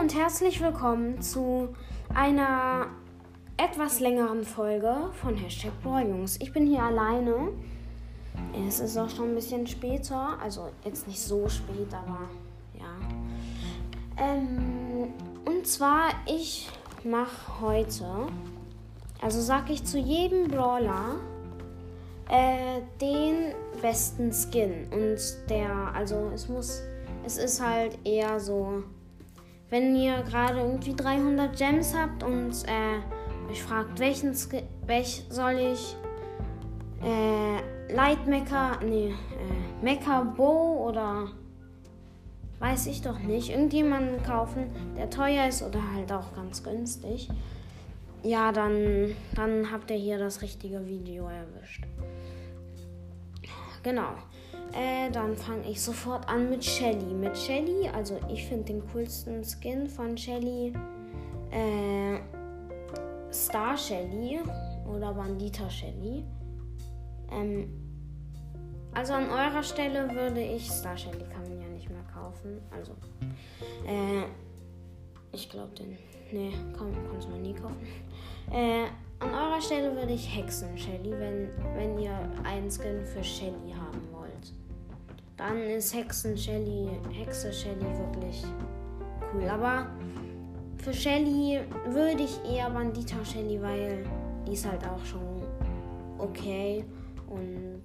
und herzlich willkommen zu einer etwas längeren Folge von Hashtag Brawljungs. Ich bin hier alleine. Es ist auch schon ein bisschen später, also jetzt nicht so spät, aber ja. Ähm, und zwar, ich mache heute, also sage ich zu jedem Brawler, äh, den besten Skin. Und der, also es muss, es ist halt eher so, wenn ihr gerade irgendwie 300 Gems habt und äh, euch fragt, welchen Skin, welch soll ich, äh, Lightmecker, nee, äh, Mecha Bow oder weiß ich doch nicht, irgendjemanden kaufen, der teuer ist oder halt auch ganz günstig. Ja, dann, dann habt ihr hier das richtige Video erwischt. Genau. Äh, dann fange ich sofort an mit Shelly. Mit Shelly, also ich finde den coolsten Skin von Shelly äh, Star Shelly oder Bandita Shelly. Ähm, also an eurer Stelle würde ich Star Shelly kann man ja nicht mehr kaufen. Also äh, ich glaube den. Nee, kann, kannst man nie kaufen. Äh, an eurer Stelle würde ich Hexen Shelly, wenn, wenn ihr einen Skin für Shelly haben wollt. Dann ist Hexen Shelly, Hexe Shelly wirklich cool. Aber für Shelly würde ich eher Bandita Shelly, weil die ist halt auch schon okay. Und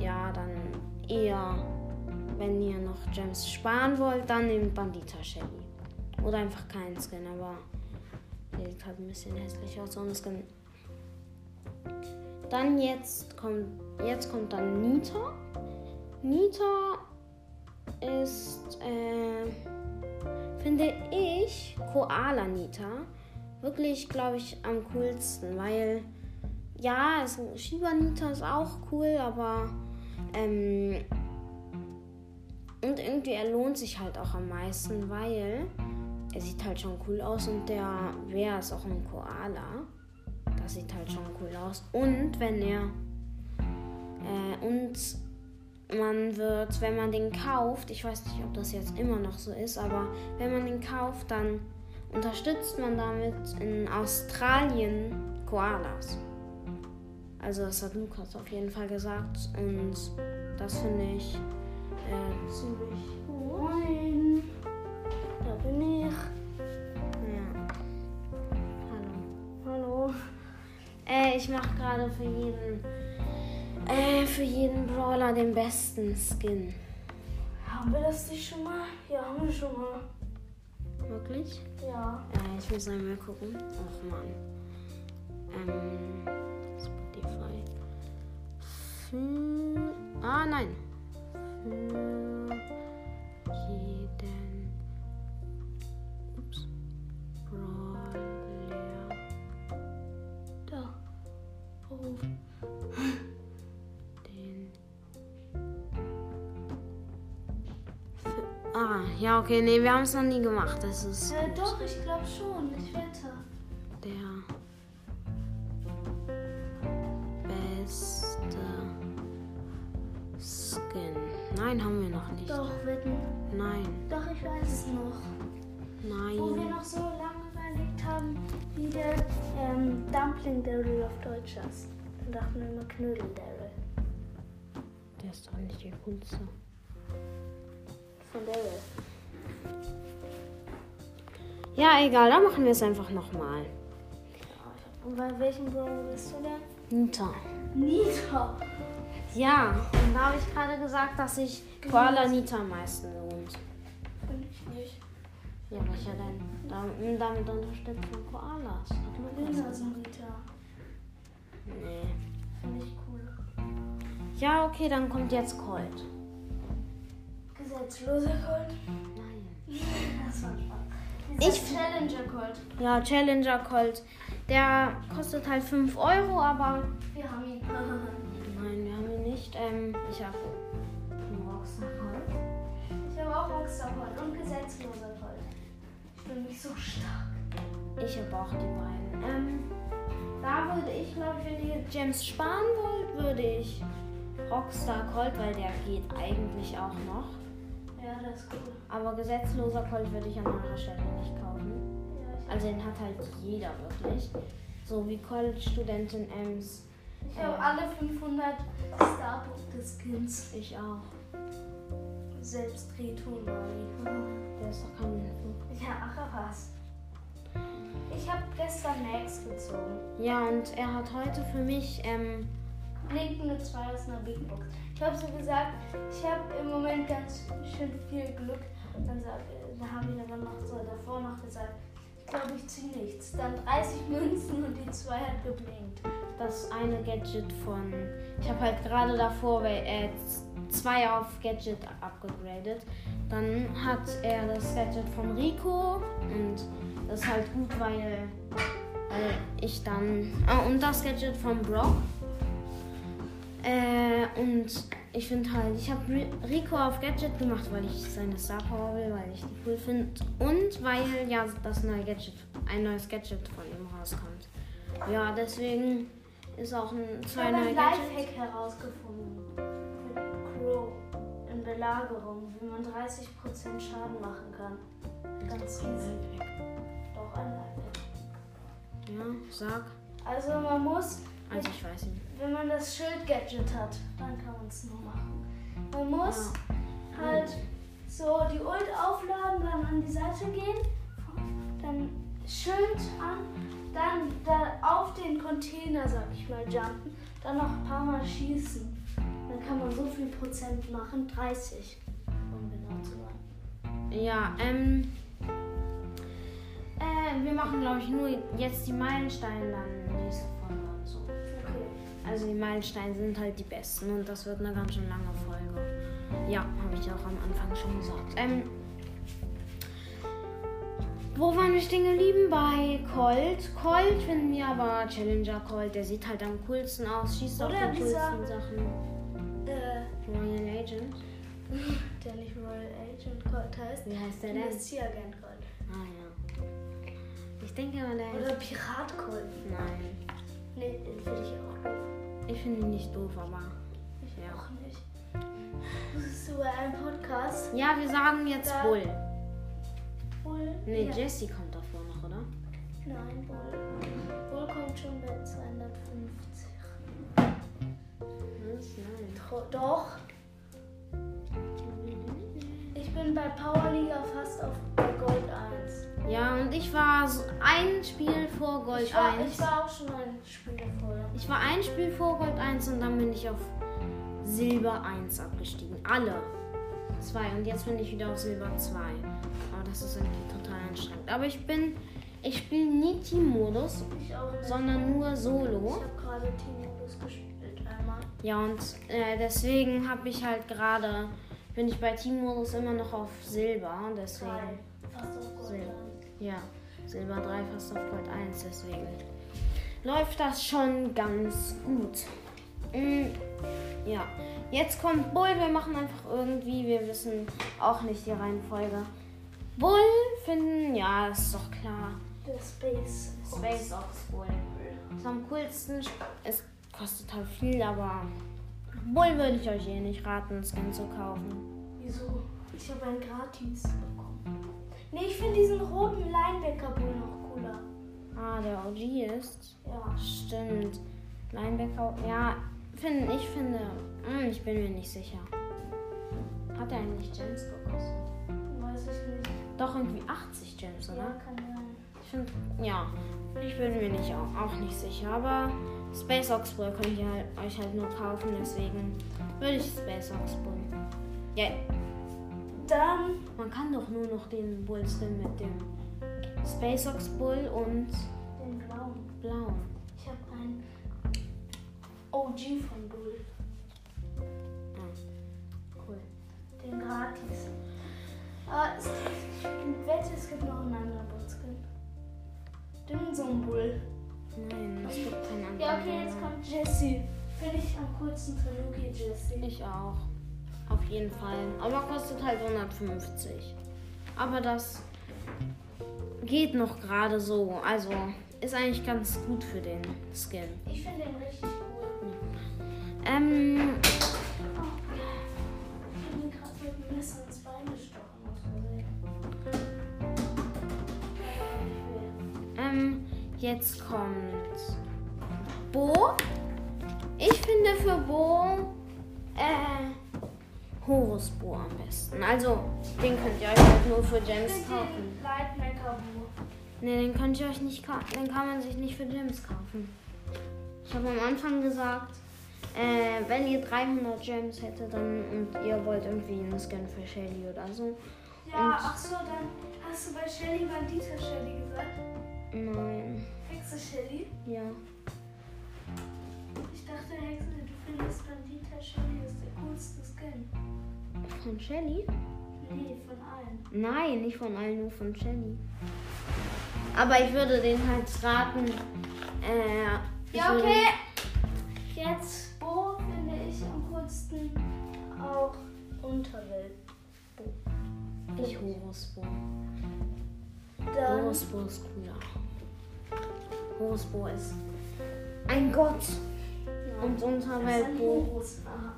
ja, dann eher, wenn ihr noch Gems sparen wollt, dann nehmt Bandita Shelly. Oder einfach keinen Skin, aber der sieht halt ein bisschen hässlich aus ohne Skin. Dann jetzt kommt jetzt kommt dann Nita. Nita ist äh, finde ich Koala Nita wirklich glaube ich am coolsten, weil ja es, Shiba Nita ist auch cool, aber ähm, und irgendwie er lohnt sich halt auch am meisten, weil er sieht halt schon cool aus und der Bär ist auch ein Koala. Das sieht halt schon cool aus. Und wenn er äh, und man wird, wenn man den kauft, ich weiß nicht, ob das jetzt immer noch so ist, aber wenn man den kauft, dann unterstützt man damit in Australien Koalas. Also das hat Lukas auf jeden Fall gesagt und das finde ich äh, ziemlich gut. Da bin ich. Ja. Hallo. Hallo. Äh, ich mache gerade für jeden äh, für jeden Brawler den besten Skin. Haben wir das nicht schon mal? Ja, haben wir schon mal. Wirklich? Ja. Äh, ich muss einmal gucken. Och Mann. Ähm, Spotify. Für, ah nein. Für jeden Ups. Brawler. Da. Oh. Den. Für, ah, ja, okay, nee, wir haben es noch nie gemacht. Das ist Äh, doch, ich glaube schon. Ich wette. der beste Skin. Nein, haben wir noch nicht. Doch, wetten. Hm. Nein, Doch, ich weiß es noch. Wo wir nein. noch so lange überlegt haben, wie der ähm, Dumpling Daryl auf Deutsch ist. Dann dachten wir immer Knödel Daryl. Der ist doch nicht der coolste. Von Daryl. Ja, egal, dann machen wir es einfach nochmal. Und bei welchem Brawler bist du denn? Nita. Nita. Ja, und da habe ich gerade gesagt, dass ich Genau. Koala Nita am meisten lohnt. Finde ich nicht. Ja, welcher denn? Damit, damit unterstützt man Koalas. ne? Hat man Lina ist Nita. Nee. Finde ich cool. Ja, okay, dann kommt jetzt Colt. Gesetzloser Colt. Nein. Das war Spaß. Ich- Challenger Colt. Ja, Challenger Colt. Der kostet halt 5 Euro, aber. Wir haben ihn. Nein, wir haben ihn nicht. Ähm, ich habe einen Rockstar Colt. Ich habe auch Rockstar Colt und gesetzloser Colt. Ich bin nicht so stark. Ich habe auch die beiden. Ähm, da würde ich, glaube ich, wenn ihr Gems sparen wollt, würde ich Rockstar Colt, weil der geht eigentlich auch noch. Ja, das ist cool. Aber gesetzloser Colt würde ich an meiner Stelle nicht kaufen. Ja, ich Also den hat halt jeder wirklich. So wie College-Studentin Ems. Ähm, Ich habe alle 500 Starbucks-Skins Ich auch. selbst return Mami. Der ist doch kein. Ja, ach was. Ich habe gestern Max gezogen. Ja, und er hat heute für mich, ähm, Blinkende 2 aus einer Big Box. Ich habe so gesagt, ich habe im Moment ganz schön viel Glück. Dann, sag, dann haben wir dann noch so davor noch gesagt, ich glaube, ich ziehe nichts. Dann 30 Münzen und die 2 hat geblinkt. das eine Gadget von. Ich habe halt gerade davor weil, äh, zwei auf Gadget abgegradet. Dann hat er das Gadget von Rico und das ist halt gut, weil, weil ich dann. Ah, und das Gadget von Brock. Äh, und ich finde halt, ich habe Rico auf Gadget gemacht, weil ich seine Star Power will, weil ich die cool finde und weil ja das neue Gadget, ein neues Gadget von ihm rauskommt. Ja, deswegen ist auch ein Ich zwei habe neue ein Gadgets. Lifehack herausgefunden. Mit Crow in Belagerung, wie man 30% Schaden machen kann. Ganz easy. Doch ein Lifehack. Ja, sag. Also man muss, Also ich weiß nicht. wenn man das Schild-Gadget hat, dann kann man es nur machen. Man muss halt so die Ult aufladen, dann an die Seite gehen, dann Schild an, dann da auf den Container, sag ich mal, jumpen, dann noch ein paar Mal schießen. Dann kann man so viel Prozent machen, 30, um genau zu sein. Ja, ähm. Äh, wir machen, glaube ich, nur jetzt die Meilensteine dann nächste Folge und so. Okay. Also die Meilensteine sind halt die besten und das wird eine ganz schön lange Folge. Ja, habe ich auch am Anfang schon gesagt. Ähm, wo waren wir stehen geblieben? Bei Colt. Colt finden wir aber Challenger Colt. Der sieht halt am coolsten aus, schießt auch Oder die dieser- coolsten Sachen. Äh, Royal Agent. der nicht Royal Agent Gold heißt. Wie heißt der denn? Agent Gold. Ah ja. Ich denke mal, der Oder Pirat Gold. Nein. Nee, den finde ich auch doof. Ich finde ihn nicht doof, aber. Ja. Auch nicht. Das ist so ein Podcast. Ja, wir sagen jetzt Da- Bull. Bull. Nee, ja. Jesse kommt davor noch, oder? Nein, Bull. Bull kommt schon bei 250. Was? Nein. Tro- Doch. Ich bin bei Powerliga fast auf Gold 1. Ja, und ich war so ein Spiel vor Gold Ich war, 1. ich war auch schon ein Spiel davor. Ich war ein Spiel vor Gold 1 und dann bin ich auf Silber 1 abgestiegen. Alle. Zwei. Und jetzt bin ich wieder auf Silber 2. Aber das ist irgendwie total anstrengend. Aber ich bin. Ich spiele nie Team-Modus, Ich auch nicht. sondern nur Solo. Ich habe gerade Team-Modus gespielt einmal. Ja, und äh, deswegen habe ich halt gerade, bin ich bei Team Modus immer noch auf Silber. Deswegen. Drei. Fast auf Gold Sehr. 1. Ja, Silber 3 fast auf Gold 1, deswegen läuft das schon ganz gut. Mm, ja, jetzt kommt Bull. Wir machen einfach irgendwie, wir wissen auch nicht die Reihenfolge. Bull finden, ja, ist doch klar. Der Space. Space Ops Bull. Ist am coolsten. Es kostet halt viel, aber Bull würde ich euch eh nicht raten, Skin zu kaufen. Wieso? Ich habe einen gratis bekommen. Nee, ich finde diesen roten Linebacker wohl noch cooler. Ah, der OG ist. Ja. Stimmt. Linebacker. Ja, find, ich finde. Hm, ich bin mir nicht sicher. Hat er eigentlich Gems gekostet? Weiß ich nicht. Doch irgendwie 80 Gems, Ja, oder? kann sein. Ich finde. Ja. Ich bin mir nicht auch, auch nicht sicher. Aber Space Oxbull könnt ihr halt, euch halt nur kaufen. Deswegen würde ich Space Oxbull. Ja, Dann man kann doch nur noch den Bull drin mit dem Space Oxbull und den blauen. blauen. Ich habe einen OG von Bull. Cool. Den gratis. Aber es, ich wette, es gibt noch einen anderen Bullskin. Den so ein Bull. Nein, es gibt keinen anderen. Ja, okay, jetzt kommt Jesse. Finde ich am kurzen Tanuki Jesse. Ich auch. Auf jeden Fall. Aber kostet halt 150. Aber das geht noch gerade so. Also ist eigentlich ganz gut für den Skin. Ich finde den richtig cool. Ähm, Ich habe mir gerade mit dem Messer ins Bein geschlagen. Ähm, Jetzt kommt Bo. Ich finde für Bo äh, Horus Bo am besten. Also, den könnt ihr euch halt nur für Gems kaufen. Den Leitmecker-Buch. Ne, den könnt ihr euch nicht kaufen. Den kann man sich nicht für Gems kaufen. Ich habe am Anfang gesagt, äh, wenn ihr 300 Gems hättet dann, und ihr wollt irgendwie einen Skin für Shelly oder so. Ja, Und- ach so, dann hast du bei Shelly Bandita Shelly gesagt. Nein. Hexe Shelly. Ja. Ich dachte, Hexe, du findest Bandita Shelly ist der coolste Skin. Von Shelly? Nee, von allen. Nein, nicht von allen, nur von Shelly. Aber ich würde den halt raten. Äh, ich Ja, würde- okay. Jetzt Bo finde ich am coolsten auch Unterwelt. Ich Horusbo. Dann Horusbo ist cooler. Horusbo ist ein Gott. Und Das ist ein Unterweltbo. Horus. Aha.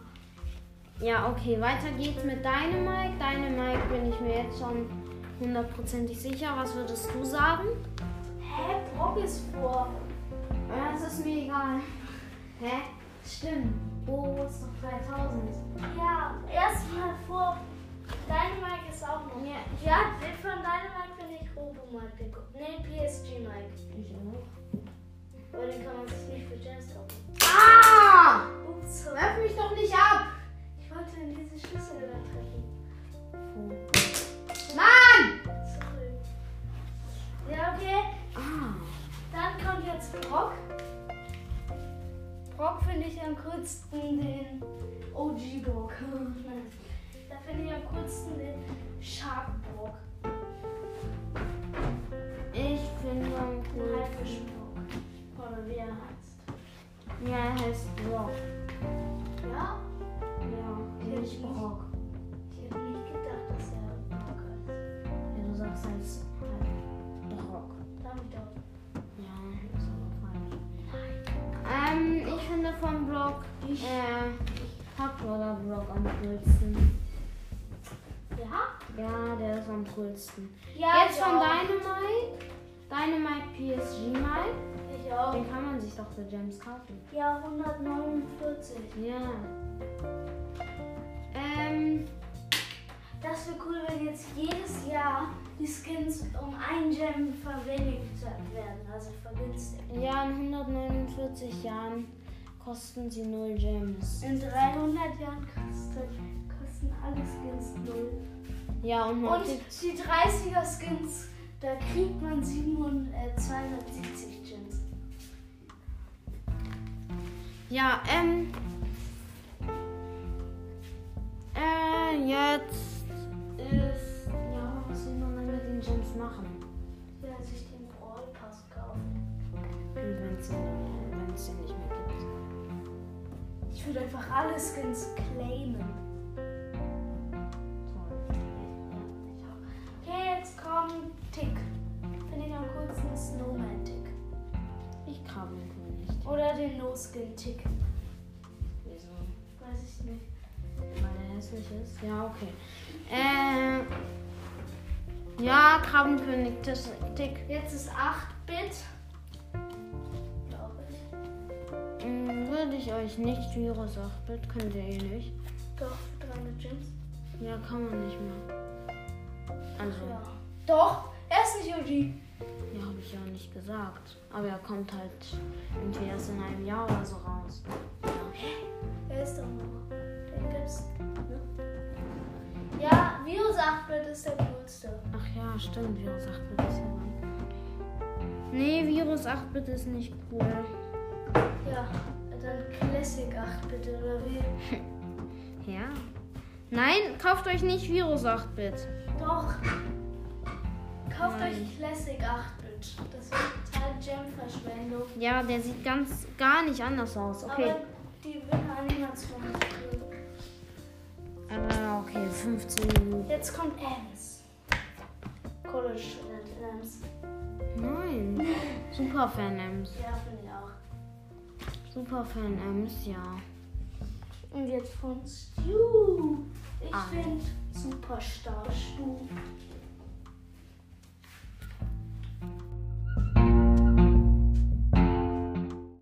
Ja, okay, weiter geht's mit deinem Mike. Deinem Mike bin ich mir jetzt schon hundertprozentig sicher. Was würdest du sagen? Hä, Brock ist vor. Ja, es ist mir egal. Hä? Stimmt. Bo ist doch 3000. Ja, erstmal vor. Dynamite ist auch noch. Ja, Ja, den von Dynamite finde ich Robo-Mike. Nee, PSG-Mike. ich auch. Aber den kann man sich nicht für Gems kaufen. Ah! Ups, Werf mich doch nicht ab! ich wollte in diese Schlüssel da treffen. Mann! Sorry. Ja, okay. Ah. Dann kommt jetzt Brock. Brock finde ich am coolsten den OG Brock. Nein. da finde ich am coolsten den Shark Brock. Ich finde am Den coolsten. Haifisch-Brock. Oder wie er heißt. Ja, er heißt Brock. Ja, Ja, nicht Brock. ich hätte nicht gedacht, dass er Brock heißt. Ja, du sagst jetzt halt Brock. Damit auch. Ja, ist aber falsch. Ähm, ich finde vom Brock äh, Hotbrother Brock am coolsten. Ja? Ja, der ist am coolsten. Ja, Jetzt ich von auch. Dynamite. Dynamite PSG Mike. Ich auch. Den kann man sich doch für Gems kaufen. Ja, 149. Ja. Ähm, Das wäre cool, wenn jetzt jedes Jahr die Skins um ein Gem verwendet werden. Also vergünstigt. ja, in 149 Jahren kosten sie 0 Gems. In 300 Jahren kostet, kosten alle Skins null. Ja, und man Und kriegt, die 30er Skins, da kriegt man 700, äh, 270 Gems. Ja, ähm. Äh, jetzt ist. Ja, was will man dann mit den Gems machen? Ja, sich den Brawl Pass kaufen. Wenn es den nicht mehr gibt. Ich würde einfach alle Skins claimen. Toll. Okay, jetzt kommt Tick. Finde ich am coolsten Snowman Tick. Ich grabe den Pool nicht. Oder den No-Skin Tick. Wieso? Weiß ich nicht. Weil er hässlich ist? Ja, okay. Äh. Ja, Krabbenkönig Tis- Tick. Jetzt ist 8-Bit. Glaube ich. Mm, Würde ich euch nicht Virus Bild könnt ihr eh nicht. Doch, für 300 Gems. Ja, kann man nicht mehr. Also. Ja. Doch, er ist nicht OG. Ja, habe ich ja nicht gesagt. Aber er kommt halt irgendwie erst in einem Jahr oder so raus. Er ist doch noch. Den gibt's. Ne? Ja, Virus 8-Bit ist der coolste. Ach ja, stimmt, Virus 8-Bit ist ja lang. Nee, Virus 8-Bit ist nicht cool. Ja, dann Classic 8-Bit oder wie? Ja. Nein, kauft euch nicht Virus 8-Bit. Doch. Kauft Nein. euch Classic 8-Bit. Das wird total Gem-Verschwendung. Ja, der sieht ganz gar nicht anders aus. Okay. Aber die Winner-Animation ist cool. Aber Ah, okay, 15 Minuten. Jetzt kommt Ems. College Student Ems. Nein. Superfan Ems. Ja, finde ich auch. Superfan äh, Ems, ja. Und jetzt von Stu. Ich Ah. finde Superstar Stu